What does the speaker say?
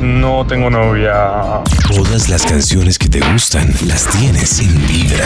No tengo novia. Todas las canciones que te gustan las tienes en Vibra.